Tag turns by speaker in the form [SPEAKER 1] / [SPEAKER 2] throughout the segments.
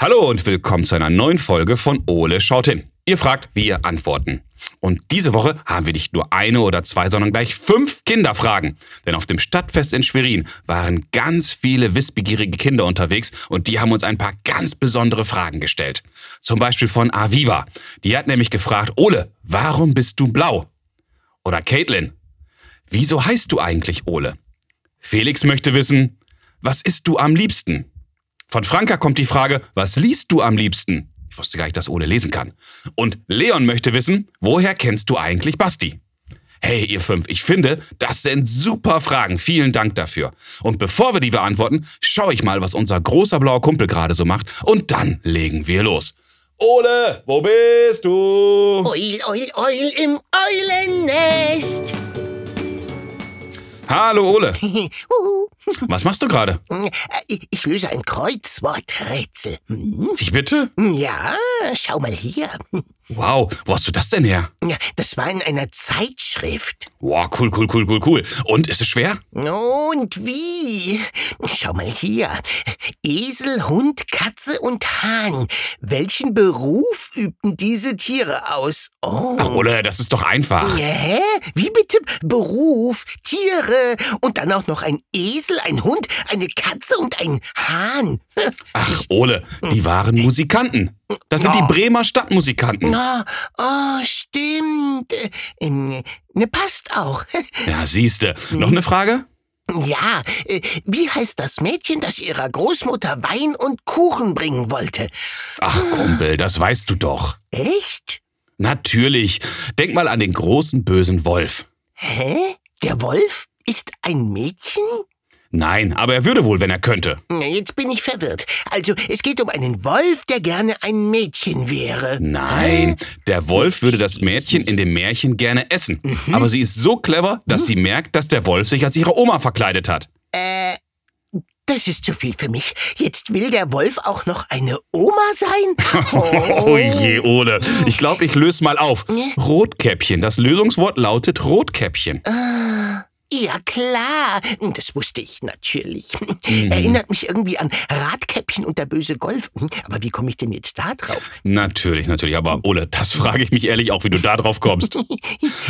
[SPEAKER 1] Hallo und willkommen zu einer neuen Folge von Ole schaut hin. Ihr fragt, wir antworten. Und diese Woche haben wir nicht nur eine oder zwei, sondern gleich fünf Kinderfragen. Denn auf dem Stadtfest in Schwerin waren ganz viele wissbegierige Kinder unterwegs und die haben uns ein paar ganz besondere Fragen gestellt. Zum Beispiel von Aviva. Die hat nämlich gefragt, Ole, warum bist du blau? Oder Caitlin, wieso heißt du eigentlich Ole? Felix möchte wissen, was isst du am liebsten? Von Franka kommt die Frage, was liest du am liebsten? Ich wusste gar nicht, dass Ole lesen kann. Und Leon möchte wissen, woher kennst du eigentlich Basti? Hey, ihr fünf, ich finde, das sind super Fragen. Vielen Dank dafür. Und bevor wir die beantworten, schaue ich mal, was unser großer blauer Kumpel gerade so macht. Und dann legen wir los. Ole, wo bist du?
[SPEAKER 2] Eul, Eul, Eul im Eulennest.
[SPEAKER 1] Hallo, Ole.
[SPEAKER 2] Huhu.
[SPEAKER 1] Was machst du gerade?
[SPEAKER 2] Äh, Ich löse ein Kreuzworträtsel. Hm?
[SPEAKER 1] Wie bitte?
[SPEAKER 2] Ja, schau mal hier.
[SPEAKER 1] Wow, wo hast du das denn her?
[SPEAKER 2] Ja, Das war in einer Zeitschrift.
[SPEAKER 1] Wow, cool, cool, cool, cool, cool. Und ist es schwer?
[SPEAKER 2] Und wie? Schau mal hier. Esel, Hund, Katze und Hahn. Welchen Beruf übten diese Tiere aus?
[SPEAKER 1] Ach,
[SPEAKER 2] Oh.
[SPEAKER 1] Ole, das ist doch einfach.
[SPEAKER 2] Hä? Wie bitte? Beruf, Tiere und dann auch noch ein Esel, ein Hund, eine Katze und ein Hahn.
[SPEAKER 1] Ach, Ole, die waren Musikanten. Das sind die Bremer Stadtmusikanten.
[SPEAKER 2] Na, oh, stimmt. Äh, ähm, Ne, passt auch.
[SPEAKER 1] Ja, siehste. Noch eine Frage?
[SPEAKER 2] Ja, äh, wie heißt das Mädchen, das ihrer Großmutter Wein und Kuchen bringen wollte?
[SPEAKER 1] Ach, Kumpel, das weißt du doch.
[SPEAKER 2] Echt?
[SPEAKER 1] Natürlich. Denk mal an den großen bösen Wolf.
[SPEAKER 2] Hä? Der Wolf ist ein Mädchen?
[SPEAKER 1] Nein, aber er würde wohl, wenn er könnte.
[SPEAKER 2] Na, Jetzt bin ich verwirrt. Also, es geht um einen Wolf, der gerne ein Mädchen wäre.
[SPEAKER 1] Nein, der Wolf würde das Mädchen in dem Märchen gerne essen. Aber sie ist so clever, dass sie merkt, dass der Wolf sich als ihre Oma verkleidet hat.
[SPEAKER 2] Äh, Das ist zu viel für mich. Jetzt will der Wolf auch noch eine Oma sein?
[SPEAKER 1] Oh je, Ole. Ich glaube, ich löse mal auf. Rotkäppchen. Das Lösungswort lautet Rotkäppchen.
[SPEAKER 2] Ja, klar. Das wusste ich natürlich.
[SPEAKER 1] Mhm.
[SPEAKER 2] Erinnert mich irgendwie an Radkäppchen und der böse Golf. Aber wie komme ich denn jetzt da drauf?
[SPEAKER 1] Natürlich, natürlich. Aber Ole, das frage ich mich ehrlich auch, wie du da drauf kommst.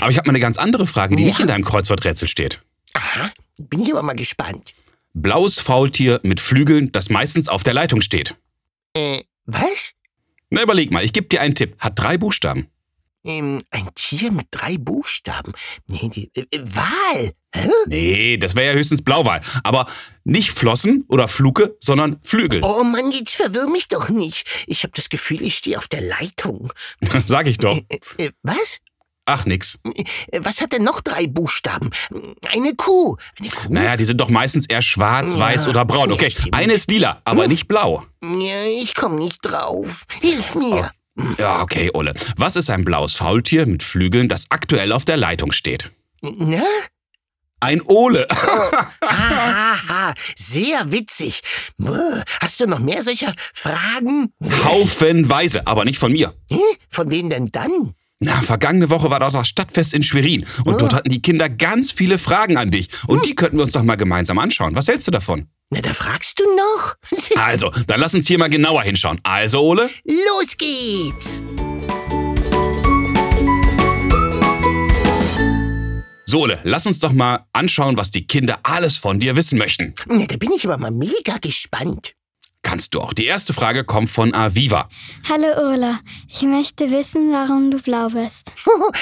[SPEAKER 1] Aber ich habe mal eine ganz andere Frage, die nicht in deinem Kreuzworträtsel steht.
[SPEAKER 2] Aha, bin ich aber mal gespannt.
[SPEAKER 1] Blaues Faultier mit Flügeln, das meistens auf der Leitung steht.
[SPEAKER 2] Was?
[SPEAKER 1] Na, überleg mal, ich gebe dir einen Tipp. Hat drei Buchstaben.
[SPEAKER 2] Ähm, ein Tier mit drei Buchstaben. Nee, die, äh, äh, Wal. Hä?
[SPEAKER 1] Nee, das wäre ja höchstens Blauwal. Aber nicht Flossen oder Fluke, sondern Flügel.
[SPEAKER 2] Oh Mann, jetzt verwirr mich doch nicht. Ich habe das Gefühl, ich stehe auf der Leitung.
[SPEAKER 1] Sag ich doch.
[SPEAKER 2] Äh, äh, was?
[SPEAKER 1] Ach, nix.
[SPEAKER 2] Äh, Was hat denn noch drei Buchstaben? Eine Kuh. Eine Kuh?
[SPEAKER 1] Naja, die sind doch meistens eher schwarz, weiß
[SPEAKER 2] Ja,
[SPEAKER 1] oder braun. Okay,
[SPEAKER 2] stimmt.
[SPEAKER 1] eine ist lila, aber nicht blau.
[SPEAKER 2] Ja, ich komme nicht drauf. Hilf mir.
[SPEAKER 1] Ja, okay, Ole. Was ist ein blaues Faultier mit Flügeln, das aktuell auf der Leitung steht?
[SPEAKER 2] Ne?
[SPEAKER 1] Ein Ole.
[SPEAKER 2] Hahaha, sehr witzig. Brr, Hast du noch mehr solcher Fragen?
[SPEAKER 1] Haufenweise, aber nicht von mir.
[SPEAKER 2] Hä? Von wem denn dann?
[SPEAKER 1] Na, vergangene Woche war doch das Stadtfest in Schwerin und dort hatten die Kinder ganz viele Fragen an dich und die könnten wir uns doch mal gemeinsam anschauen. Was hältst du davon?
[SPEAKER 2] Na, da fragst du noch.
[SPEAKER 1] Also, dann lass uns hier mal genauer hinschauen. Also, Ole?
[SPEAKER 2] Los geht's.
[SPEAKER 1] So, Ole, lass uns doch mal anschauen, was die Kinder alles von dir wissen möchten.
[SPEAKER 2] Na, da bin ich aber mal mega gespannt.
[SPEAKER 1] Kannst du auch. Die erste Frage kommt von Aviva.
[SPEAKER 3] Hallo Ola, ich möchte wissen, warum du blau bist.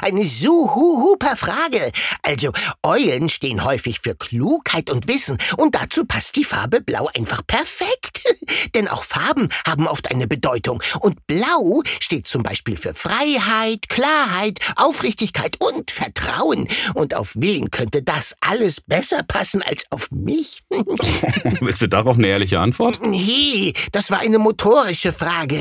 [SPEAKER 2] Eine super Frage. Also, Eulen stehen häufig für Klugheit und Wissen und dazu passt die Farbe Blau einfach perfekt. Denn auch Farben haben oft eine Bedeutung und Blau steht zum Beispiel für Freiheit, Klarheit, Aufrichtigkeit und Vertrauen. Und auf wen könnte das alles besser passen als auf mich?
[SPEAKER 1] Willst du darauf eine ehrliche Antwort?
[SPEAKER 2] Nee, das war eine motorische Frage.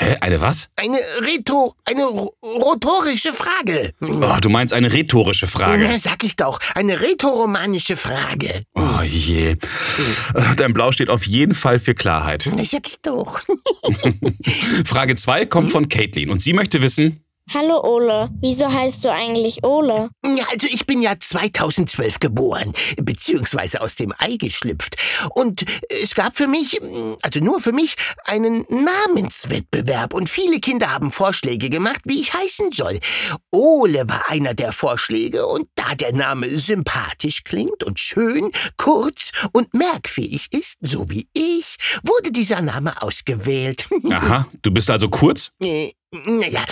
[SPEAKER 1] Hä, eine was?
[SPEAKER 2] Eine Reto, eine ro- rotorische Frage.
[SPEAKER 1] Oh, du meinst eine rhetorische Frage.
[SPEAKER 2] Na, sag ich doch, eine rätoromanische Frage.
[SPEAKER 1] Oh je. Äh, Dein Blau steht auf jeden Fall für Klarheit.
[SPEAKER 2] Na, sag ich doch.
[SPEAKER 1] Frage 2 kommt von Caitlin und sie möchte wissen,
[SPEAKER 4] Hallo Ole, wieso heißt du eigentlich Ole?
[SPEAKER 2] Ja, also ich bin ja 2012 geboren, beziehungsweise aus dem Ei geschlüpft. Und es gab für mich, also nur für mich, einen Namenswettbewerb. Und viele Kinder haben Vorschläge gemacht, wie ich heißen soll. Ole war einer der Vorschläge. Und da der Name sympathisch klingt und schön, kurz und merkfähig ist, so wie ich, wurde dieser Name ausgewählt.
[SPEAKER 1] Aha, du bist also kurz?
[SPEAKER 2] Äh, Naja,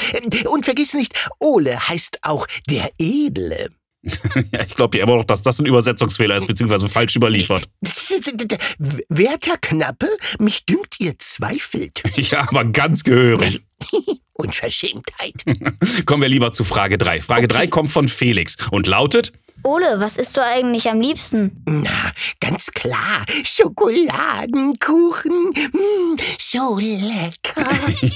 [SPEAKER 2] und vergiss nicht, Ole heißt auch der Edle.
[SPEAKER 1] ja, ich glaube ja immer noch, dass das ein Übersetzungsfehler ist, beziehungsweise falsch überliefert.
[SPEAKER 2] Werter Knappe, mich dünkt ihr zweifelt.
[SPEAKER 1] Ja, aber ganz gehörig.
[SPEAKER 2] Unverschämtheit.
[SPEAKER 1] Kommen wir lieber zu Frage 3. Frage 3 kommt von Felix und lautet:
[SPEAKER 5] Ole, was isst du eigentlich am liebsten?
[SPEAKER 2] Na, ganz klar, Schokoladenkuchen. Mm, so lecker.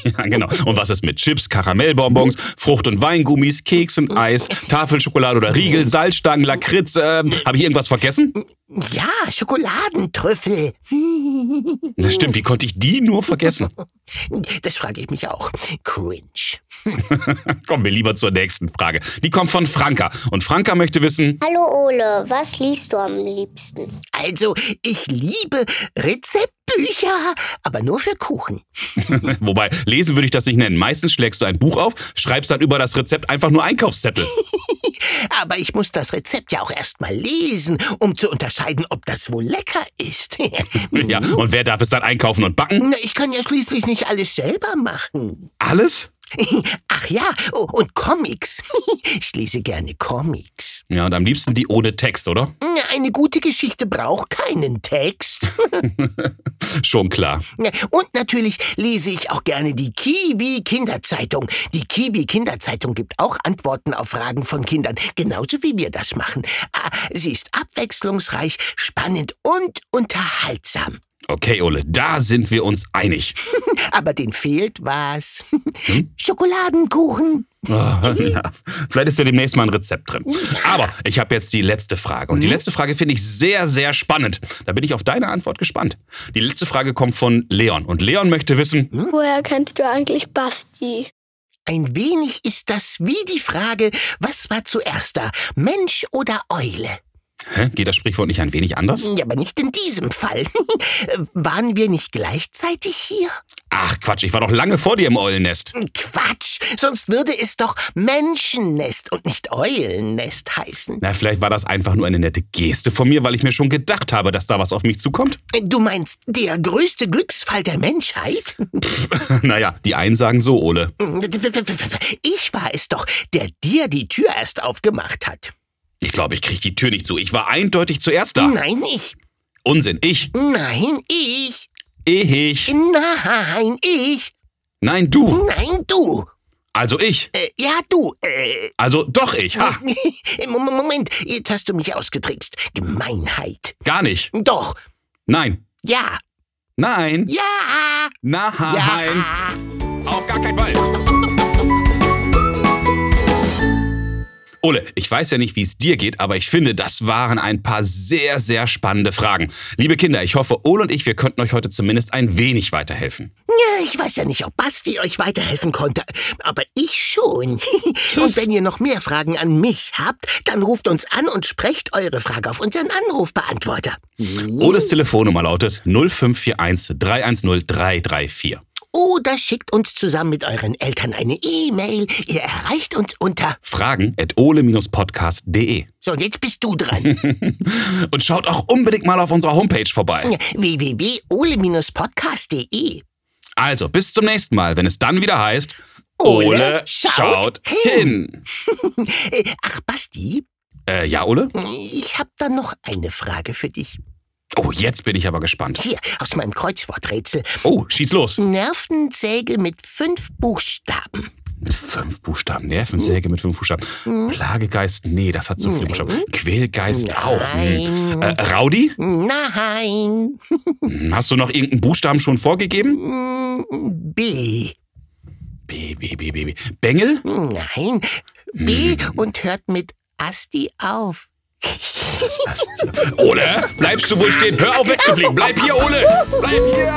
[SPEAKER 1] Ja, genau. Und was ist mit Chips, Karamellbonbons, Frucht- und Weingummis, Keksen, Eis, Tafelschokolade oder Riegel, Salzstangen, Lakritz? Ähm, Habe ich irgendwas vergessen?
[SPEAKER 2] Ja, Schokoladentrüffel.
[SPEAKER 1] Na stimmt, wie konnte ich die nur vergessen?
[SPEAKER 2] Das frage ich mich auch. Cringe.
[SPEAKER 1] Kommen wir lieber zur nächsten Frage. Die kommt von Franka. Und Franka möchte wissen,
[SPEAKER 4] Hallo Ole, was liest du am liebsten?
[SPEAKER 2] Also, ich liebe Rezeptbücher, aber nur für Kuchen.
[SPEAKER 1] wobei lesen würde ich das nicht nennen. Meistens schlägst du ein Buch auf, schreibst dann über das Rezept einfach nur Einkaufszettel.
[SPEAKER 2] Aber ich muss das Rezept ja auch erstmal lesen, um zu unterscheiden, ob das wohl lecker ist.
[SPEAKER 1] Ja, und wer darf es dann einkaufen und backen?
[SPEAKER 2] Na, ich kann ja schließlich nicht alles selber machen.
[SPEAKER 1] Alles?
[SPEAKER 2] Ach ja, oh, und Comics. Ich lese gerne Comics.
[SPEAKER 1] Ja, und am liebsten die ohne Text, oder?
[SPEAKER 2] Na, Eine gute Geschichte braucht keinen Text.
[SPEAKER 1] Schon klar.
[SPEAKER 2] Na, Und natürlich lese ich auch gerne die Kiwi Kinderzeitung. Die Kiwi Kinderzeitung gibt auch Antworten auf Fragen von Kindern, genauso wie wir das machen. Ah, Sie ist abwechslungsreich, spannend und unterhaltsam.
[SPEAKER 1] Okay, Ole, da sind wir uns einig.
[SPEAKER 2] Aber den fehlt was. Schokoladenkuchen.
[SPEAKER 1] Ja, vielleicht ist ja demnächst mal ein Rezept drin. Aber ich habe jetzt die letzte Frage. Und die letzte Frage finde ich sehr, sehr spannend. Da bin ich auf deine Antwort gespannt. Die letzte Frage kommt von Leon. Und Leon möchte wissen,
[SPEAKER 4] Woher kennst du eigentlich Basti?
[SPEAKER 2] Ein wenig ist das wie die Frage, was war zuerst da, Mensch oder Eule?
[SPEAKER 1] hä, geht das Sprichwort nicht ein wenig anders?
[SPEAKER 2] Ja, aber nicht in diesem Fall. Waren wir nicht gleichzeitig hier?
[SPEAKER 1] Ach Quatsch, ich war doch lange vor dir im Eulennest.
[SPEAKER 2] Hm. Quatsch, sonst würde es doch Menschennest und nicht Eulennest heißen.
[SPEAKER 1] Na, vielleicht war das einfach nur eine nette Geste von mir, weil ich mir schon gedacht habe, dass da was auf mich zukommt.
[SPEAKER 2] Du meinst, der größte Glücksfall der Menschheit?
[SPEAKER 1] naja, die einen sagen so, Ole.
[SPEAKER 2] Ich war es doch, der dir die Tür erst aufgemacht hat.
[SPEAKER 1] Ich glaube, ich kriege die Tür nicht zu. Ich war eindeutig zuerst da.
[SPEAKER 2] Nein, ich.
[SPEAKER 1] Unsinn, ich. eh
[SPEAKER 2] Nein, ich.
[SPEAKER 1] Ich.
[SPEAKER 2] Nein, ich.
[SPEAKER 1] Nein, du.
[SPEAKER 2] Nein, du.
[SPEAKER 1] Also ich.
[SPEAKER 2] Äh, ja, du. Äh,
[SPEAKER 1] Also doch ich. Ha.
[SPEAKER 2] Mo- Mo- Moment, jetzt hast du mich ausgetrickst. Gemeinheit.
[SPEAKER 1] Gar nicht.
[SPEAKER 2] Doch.
[SPEAKER 1] Nein.
[SPEAKER 2] Ja.
[SPEAKER 1] Nein.
[SPEAKER 2] Ja.
[SPEAKER 1] Nein.
[SPEAKER 2] Ja.
[SPEAKER 1] Auf gar keinen Fall. Ole, ich weiß ja nicht, wie es dir geht, aber ich finde, das waren ein paar sehr, sehr spannende Fragen. Liebe Kinder, ich hoffe, Ole und ich, wir könnten euch heute zumindest ein wenig weiterhelfen.
[SPEAKER 2] Ja, ich weiß ja nicht, ob Basti euch weiterhelfen konnte, aber ich schon. Und wenn ihr noch mehr Fragen an mich habt, dann ruft uns an und sprecht eure Frage auf unseren Anrufbeantworter.
[SPEAKER 1] Oles Telefonnummer lautet 0541 310 334.
[SPEAKER 2] Oder schickt uns zusammen mit euren Eltern eine E-Mail. Ihr erreicht uns unter.
[SPEAKER 1] Fragen at ole-podcast.de.
[SPEAKER 2] So, und jetzt bist du dran.
[SPEAKER 1] Und schaut auch unbedingt mal auf unserer Homepage vorbei.
[SPEAKER 2] www.ole-podcast.de
[SPEAKER 1] Also, bis zum nächsten Mal, wenn es dann wieder heißt,
[SPEAKER 2] Ole schaut
[SPEAKER 1] hin.
[SPEAKER 2] Äh, Ach, Basti,
[SPEAKER 1] Äh, ja, Ole?
[SPEAKER 2] ich hab da noch eine Frage für dich.
[SPEAKER 1] Oh, jetzt bin ich aber gespannt.
[SPEAKER 2] Hier, aus meinem Kreuzworträtsel.
[SPEAKER 1] Oh, schieß los.
[SPEAKER 2] Nervensäge mit fünf Buchstaben.
[SPEAKER 1] Mit fünf Buchstaben, Nervensäge mit fünf Buchstaben. Plagegeist, nee, das hat zu viele Buchstaben. Quälgeist auch. Hm. Äh, Raudi,
[SPEAKER 2] Nein.
[SPEAKER 1] Hm, hast du noch irgendeinen Buchstaben schon vorgegeben?
[SPEAKER 2] Mm, B.
[SPEAKER 1] B, B, B, B, B. Bengel?
[SPEAKER 2] Nein. B und hört mit Asti auf.
[SPEAKER 1] Ole, bleibst du wohl stehen? Hör auf wegzufliegen. Bleib hier, Ole. Bleib hier.